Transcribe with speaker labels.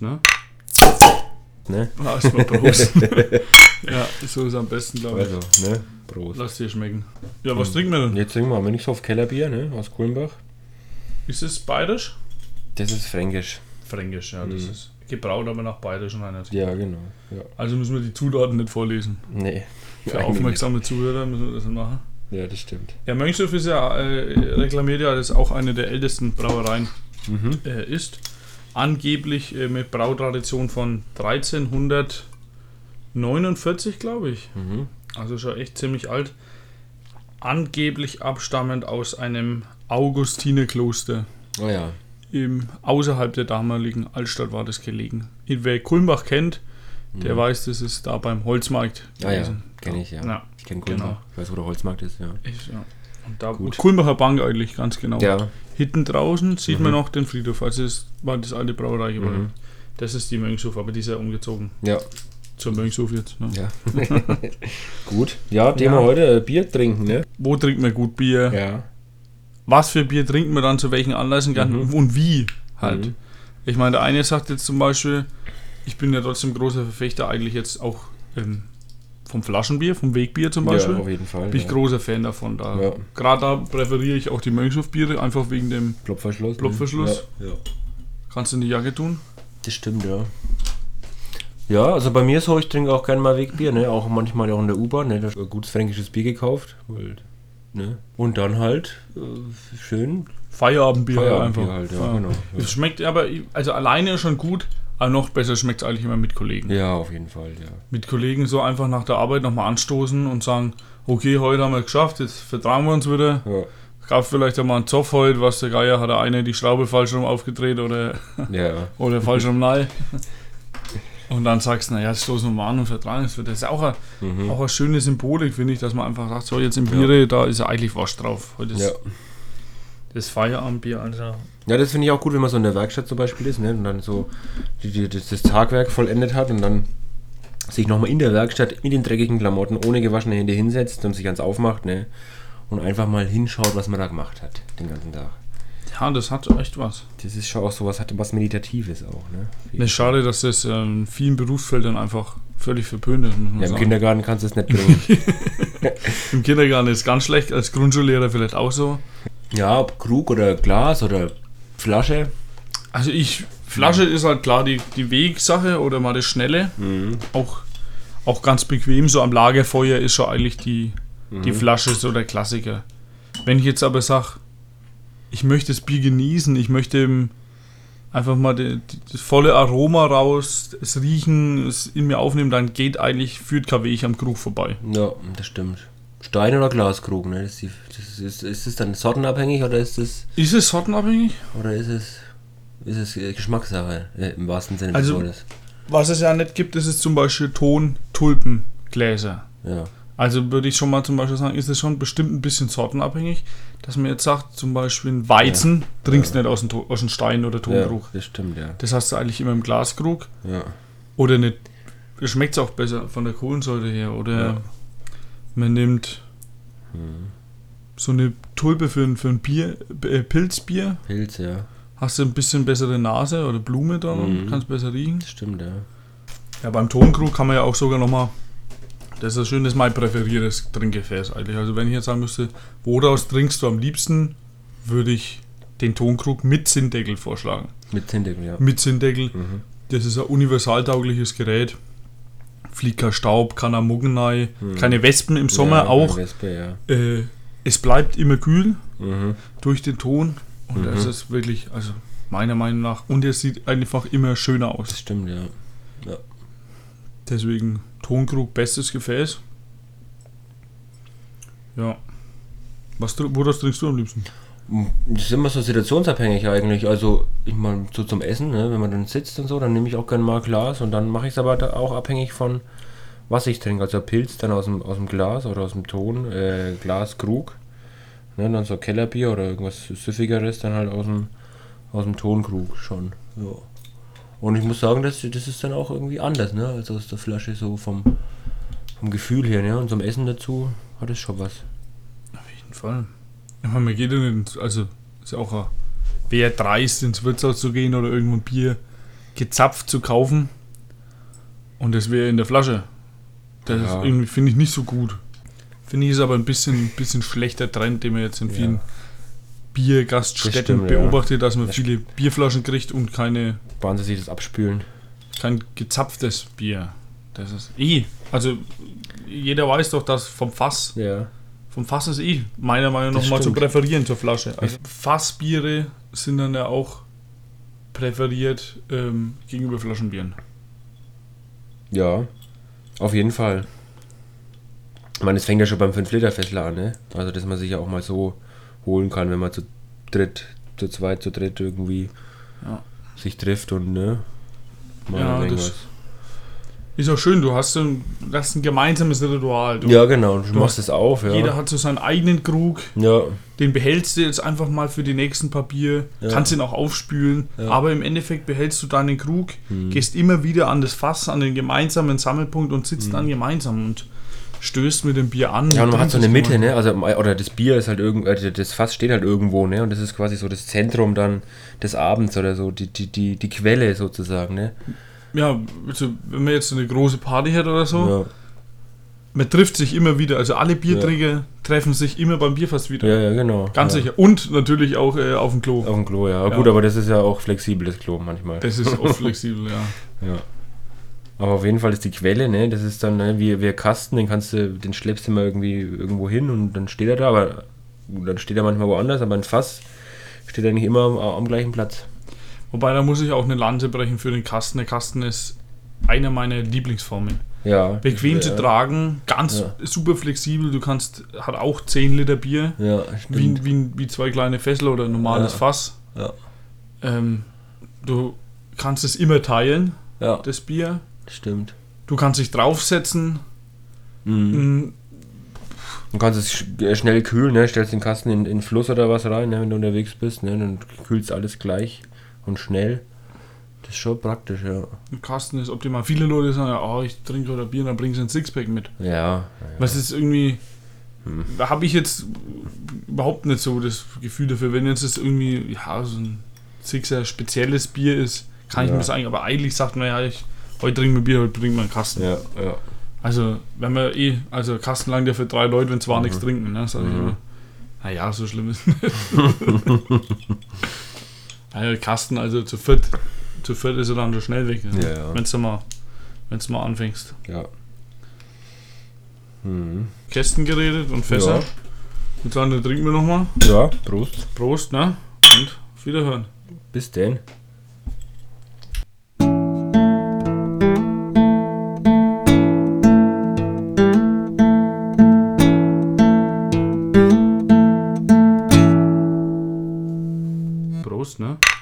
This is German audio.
Speaker 1: ne?
Speaker 2: ne?
Speaker 1: es war Ah, Prost. ja, so ist am besten, glaube ich.
Speaker 2: Also, ne? Prost.
Speaker 1: Lass dir schmecken. Ja, was trinken wir denn?
Speaker 2: Jetzt trinken wir aber nichts auf Kellerbier, ne? Aus Kulmbach.
Speaker 1: Ist es bayerisch?
Speaker 2: Das ist fränkisch.
Speaker 1: Fränkisch, ja, das ist gebraut, aber nach bayerisch und einer.
Speaker 2: Ja, genau. Ja.
Speaker 1: Also müssen wir die Zutaten nicht vorlesen.
Speaker 2: Nee.
Speaker 1: Für
Speaker 2: eigentlich
Speaker 1: aufmerksame Zuhörer müssen wir das nicht machen.
Speaker 2: nicht. Ja, das stimmt.
Speaker 1: Ja, Mönchshof ist ja, äh, reklamiert ja, dass auch eine der ältesten Brauereien
Speaker 2: Mhm.
Speaker 1: äh, ist. Angeblich äh, mit Brautradition von 1349, glaube ich.
Speaker 2: Mhm.
Speaker 1: Also schon echt ziemlich alt. Angeblich abstammend aus einem Augustinerkloster.
Speaker 2: Oh ja.
Speaker 1: Im, außerhalb der damaligen Altstadt war das gelegen. Wer Kulmbach kennt, der weiß, das ist da beim Holzmarkt
Speaker 2: Mhm. Ah ja,
Speaker 1: gewesen.
Speaker 2: kenne ich, ja. Genau.
Speaker 1: Ja,
Speaker 2: Ich kenne Kulmbach. Ich weiß, wo der Holzmarkt ist, ja.
Speaker 1: ich, ja. Und da
Speaker 2: Gut.
Speaker 1: Kulmbacher Bank eigentlich, ganz genau.
Speaker 2: Ja.
Speaker 1: Hinten draußen sieht
Speaker 2: Mhm.
Speaker 1: man noch den Friedhof. Also das war das alte Brauereigebäude. Das ist die Mönchshof, aber die ist ja umgezogen
Speaker 2: Ja.
Speaker 1: zur Mönchshof jetzt. Ne?
Speaker 2: Mhm. ja. Gut. Ja, Thema
Speaker 1: Ja.
Speaker 2: heute, äh, Bier trinken, ne?
Speaker 1: Wo trinkt man gut Bier?
Speaker 2: Ja.
Speaker 1: Was für Bier trinkt man dann zu welchen Anlässen gern und wie halt.
Speaker 2: Mhm.
Speaker 1: Ich meine, der eine sagt jetzt zum Beispiel, ich bin ja trotzdem großer Verfechter eigentlich jetzt auch ähm, vom Flaschenbier, vom Wegbier zum Beispiel.
Speaker 2: Ja, auf jeden Fall.
Speaker 1: bin ich
Speaker 2: ja.
Speaker 1: großer Fan davon. Da.
Speaker 2: Ja.
Speaker 1: Gerade da präferiere ich auch die Mönchhofbiere, einfach wegen dem
Speaker 2: Klopfverschluss. ne?
Speaker 1: Klopfverschluss.
Speaker 2: Ja. ja.
Speaker 1: kannst du in die Jacke tun.
Speaker 2: Das stimmt, ja. Ja, also bei mir ist so, ich trinke auch gerne mal Wegbier, ne? Auch manchmal auch in der U-Bahn, ne? Da ist ein gutes fränkisches Bier gekauft. Halt, ne? Und dann halt äh, schön
Speaker 1: Feierabendbier,
Speaker 2: Feierabendbier
Speaker 1: einfach.
Speaker 2: halt, ja,
Speaker 1: Feierabend.
Speaker 2: genau, ja.
Speaker 1: Es schmeckt aber, also alleine schon gut, aber noch besser schmeckt es eigentlich immer mit Kollegen.
Speaker 2: Ja, auf jeden Fall, ja.
Speaker 1: Mit Kollegen so einfach nach der Arbeit nochmal anstoßen und sagen, okay, heute haben wir geschafft, jetzt vertrauen wir uns wieder.
Speaker 2: Ja,
Speaker 1: Gab vielleicht einmal einen Zoff heute, was der Geier, hat der eine die Schraube falsch rum aufgedreht oder,
Speaker 2: ja.
Speaker 1: oder falsch rum nein. Und dann sagst du, naja, jetzt stoßen wir mal an und vertragen es wird. Das ist auch eine,
Speaker 2: Mhm.
Speaker 1: auch eine schöne Symbolik, finde ich, dass man einfach sagt, so jetzt im Biere, da ist ja eigentlich was drauf. Heute ist
Speaker 2: ja.
Speaker 1: das Feierabendbier, also. Alter.
Speaker 2: ja das finde ich auch gut, wenn man so in der Werkstatt zum Beispiel ist ne? und dann so die, die, das, das Tagwerk vollendet hat und dann sich nochmal in der Werkstatt mit den dreckigen Klamotten ohne gewaschene Hände hinsetzt und sich ganz aufmacht ne? und einfach mal hinschaut, was man da gemacht hat den ganzen Tag.
Speaker 1: Ja, das hat echt was.
Speaker 2: Das ist schon auch sowas, hat was Meditatives auch. Ne?
Speaker 1: Ne, schade, dass das ähm, in vielen Berufsfeldern einfach völlig verpönt ist. Muss man
Speaker 2: Ja, Im
Speaker 1: sagen.
Speaker 2: Kindergarten kannst du es nicht bringen.
Speaker 1: Im Kindergarten ist ganz schlecht, als Grundschullehrer vielleicht auch so.
Speaker 2: ja, ob Krug oder Glas oder Flasche.
Speaker 1: Also ich, Flasche ist halt klar die, die Wegsache oder mal das Schnelle.
Speaker 2: Mhm.
Speaker 1: Auch, auch ganz bequem, so am Lagerfeuer ist schon eigentlich die,
Speaker 2: Mhm.
Speaker 1: die Flasche so der Klassiker. Wenn ich jetzt aber sage, ich möchte das Bier genießen, ich möchte im- einfach mal die, die, das volle Aroma raus, es riechen, es in mir aufnehmen, dann geht eigentlich, führt kein Weg am Krug vorbei.
Speaker 2: Ja, das stimmt. Stein oder Glaskrug, ne? Das ist, die, das ist, ist es dann sortenabhängig oder ist es
Speaker 1: Ist es sortenabhängig?
Speaker 2: oder ist es, ist es äh, Geschmackssache äh, im wahrsten Sinne
Speaker 1: Also-
Speaker 2: des Wortes?
Speaker 1: Was es ja nicht gibt, ist es zum Beispiel Ton-Tulpengläser.
Speaker 2: Ja.
Speaker 1: Also würde ich schon mal zum Beispiel sagen, ist es schon bestimmt ein bisschen sortenabhängig, dass man jetzt sagt, zum Beispiel ein Weizen trinkst nicht aus dem, To- aus dem Stein oder
Speaker 2: ja,
Speaker 1: Tonkrug.
Speaker 2: das stimmt, ja.
Speaker 1: Das hast du eigentlich immer im Glaskrug.
Speaker 2: ja.
Speaker 1: Oder nicht. Schmeckt es auch besser von der Kohlensäure her. Oder
Speaker 2: Ja. Mhm.
Speaker 1: man nimmt so eine Tulpe für ein, für ein Bier, äh, Pilzbier.
Speaker 2: Pilz, ja.
Speaker 1: Hast du ein bisschen bessere Nase oder Blume dran,
Speaker 2: Mhm.
Speaker 1: kannst besser riechen.
Speaker 2: Das stimmt, ja.
Speaker 1: Ja, beim Tonkrug kann man ja auch sogar nochmal. Das ist ein schönes, mein präferiertes Trinkgefäß eigentlich. Also, wenn ich jetzt sagen müsste, woraus trinkst du am liebsten, würde ich den Tonkrug mit Zinndeckel vorschlagen.
Speaker 2: Mit Zindek, ja.
Speaker 1: Mit Zinndeckel, das ist ein universaltaugliches Gerät. Fliegt kein Staub, keiner Muggen rein, keine Wespen im Sommer
Speaker 2: Hm. ja,
Speaker 1: auch.
Speaker 2: Wespe, ja.
Speaker 1: Äh, es bleibt immer kühl
Speaker 2: Mhm.
Speaker 1: durch den Ton. Und das ist wirklich, also meiner Meinung nach, und es sieht einfach immer schöner aus.
Speaker 2: Das stimmt, ja.
Speaker 1: Deswegen Tonkrug, bestes Gefäß. Ja. Was, tr- woraus trinkst du am liebsten?
Speaker 2: Das ist immer so situationsabhängig eigentlich. Also, ich meine, so zum Essen, ne? wenn man dann sitzt und so, dann nehme ich auch gerne mal ein Glas und dann mache ich es aber da auch abhängig von, was ich trinke. Also Pilz dann aus dem, aus dem Glas oder aus dem Ton, äh, Glas, Krug. Ne? Dann so Kellerbier oder irgendwas Süffigeres dann halt aus dem, aus dem Tonkrug schon. Ja. Und ich muss sagen, das, das ist dann auch irgendwie anders, ne? als aus der Flasche so vom, vom Gefühl her. Ne? Und zum Essen dazu hat es schon was.
Speaker 1: Auf jeden Fall. Ich meine, man geht ja nicht, ins- also ist ja auch ein, wer dreist ins Wirtshaus zu gehen oder irgendwo ein Bier gezapft zu kaufen Und das wäre in der Flasche. Das
Speaker 2: Ja.
Speaker 1: irgendwie finde ich nicht so gut. Finde ich ist aber ein bisschen, ein bisschen schlechter Trend, den man jetzt in vielen
Speaker 2: Ja.
Speaker 1: Biergaststätten
Speaker 2: Das stimmt, ja.
Speaker 1: beobachtet, dass man viele Bierflaschen kriegt und keine,
Speaker 2: Wann sie sich das abspülen.
Speaker 1: kein gezapftes Bier. Das ist eh. Also jeder weiß doch, dass vom Fass
Speaker 2: Ja.
Speaker 1: Vom Fass ist eh meiner Meinung nach
Speaker 2: Das
Speaker 1: mal zu
Speaker 2: stimmt.
Speaker 1: präferieren zur Flasche. Also Fassbiere sind dann ja auch präferiert ähm, gegenüber Flaschenbieren.
Speaker 2: Ja. Auf jeden Fall. Ich meine, es fängt ja schon beim 5-Liter-Fässler an, ne? Also, dass man sich ja auch mal so holen kann, wenn man zu dritt, zu zweit, zu dritt irgendwie
Speaker 1: Ja.
Speaker 2: sich trifft und, ne? Mal
Speaker 1: Ja,
Speaker 2: irgendwas.
Speaker 1: das- Ist auch schön, du hast so ein, du hast ein gemeinsames Ritual. Du,
Speaker 2: ja genau. Du,
Speaker 1: du-
Speaker 2: machst es auf, ja.
Speaker 1: Jeder hat so seinen eigenen Krug,
Speaker 2: ja.
Speaker 1: den behältst du jetzt einfach mal für die nächsten paar Bier,
Speaker 2: Ja.
Speaker 1: kannst ihn auch aufspülen,
Speaker 2: Ja. Hm.
Speaker 1: aber im Endeffekt behältst du deinen Krug, gehst immer wieder an das Fass, an den gemeinsamen Sammelpunkt und sitzt dann gemeinsam und stößt mit dem Bier an.
Speaker 2: Hm. Ja, und man hat so eine
Speaker 1: Trinkst
Speaker 2: Mitte, ne? Also, oder das Bier ist halt irgendwo, äh, das Fass steht halt irgendwo, ne? Und das ist quasi so das Zentrum dann des Abends oder so, die, die, die, die Quelle sozusagen, ne?
Speaker 1: Ja, also wenn man jetzt so eine große Party hat oder so,
Speaker 2: Ja,
Speaker 1: man trifft sich immer wieder. Also alle Bierträger treffen sich immer beim Bierfest wieder.
Speaker 2: ja, ja genau.
Speaker 1: Ganz
Speaker 2: ja.
Speaker 1: sicher. Und natürlich auch äh, auf dem Klo.
Speaker 2: Auf dem Klo, ja.
Speaker 1: Ja.
Speaker 2: Gut, aber das ist ja auch flexibel, das Klo manchmal.
Speaker 1: Das ist auch flexibel, ja.
Speaker 2: ja. Aber auf jeden Fall ist die Quelle, ne? Das ist dann, ne, wie, wie ein Kasten, den kannst du, den schleppst du mal irgendwie irgendwo hin und dann steht er da, aber dann steht er manchmal woanders, aber ein Fass steht er nicht immer am, am gleichen Platz.
Speaker 1: Wobei, da muss ich auch eine Lanze brechen für den Kasten. Der Kasten ist einer meiner Lieblingsformen.
Speaker 2: Ja.
Speaker 1: Bequem
Speaker 2: ja.
Speaker 1: zu tragen, ganz
Speaker 2: Ja.
Speaker 1: super flexibel. Du kannst, hat auch 10 Liter Bier,
Speaker 2: Ja,
Speaker 1: wie,
Speaker 2: stimmt.
Speaker 1: wie, wie zwei kleine Fässel oder ein normales
Speaker 2: Ja.
Speaker 1: Fass.
Speaker 2: Ja.
Speaker 1: Ähm, du kannst es immer teilen,
Speaker 2: Ja,
Speaker 1: das Bier.
Speaker 2: stimmt.
Speaker 1: Du kannst dich draufsetzen. Mhm.
Speaker 2: Du kannst es sch äh, schnell kühlen, ne? stellst den Kasten in, in den Fluss oder was rein, ne? wenn du unterwegs bist, ne? dann kühlst alles gleich und schnell. Das ist schon praktisch, ja.
Speaker 1: Ein Kasten ist optimal. Viele Leute sagen, ja, oh, ich trinke oder Bier, dann bringen sie ein Sixpack mit.
Speaker 2: Ja,
Speaker 1: Was ist irgendwie.
Speaker 2: Hm.
Speaker 1: Da habe ich jetzt überhaupt nicht so das Gefühl dafür, wenn jetzt das irgendwie ja, so ein Sixer spezielles Bier ist, kann ich
Speaker 2: Ja.
Speaker 1: mir sagen. Aber eigentlich sagt man ja, ich, heute trinken wir Bier, heute trinken wir einen Kasten.
Speaker 2: ja, ja.
Speaker 1: Also, wenn wir eh, also Kasten lang der für drei Leute, wenn
Speaker 2: Mhm.
Speaker 1: zwar nichts trinken, ne, sag ich immer. Naja, so schlimm ist nicht. also Kasten, also zu viert, zu viert ist er dann schon schnell weg. Ne?
Speaker 2: Ja, ja.
Speaker 1: Wenn du mal, wenn's mal anfängst.
Speaker 2: ja. Mhm.
Speaker 1: Kästen geredet und Fässer.
Speaker 2: Ja.
Speaker 1: Und dann trinken wir nochmal.
Speaker 2: Ja, Prost.
Speaker 1: Prost, ne? Und auf Wiederhören.
Speaker 2: Bis denn.
Speaker 1: Prost, ne?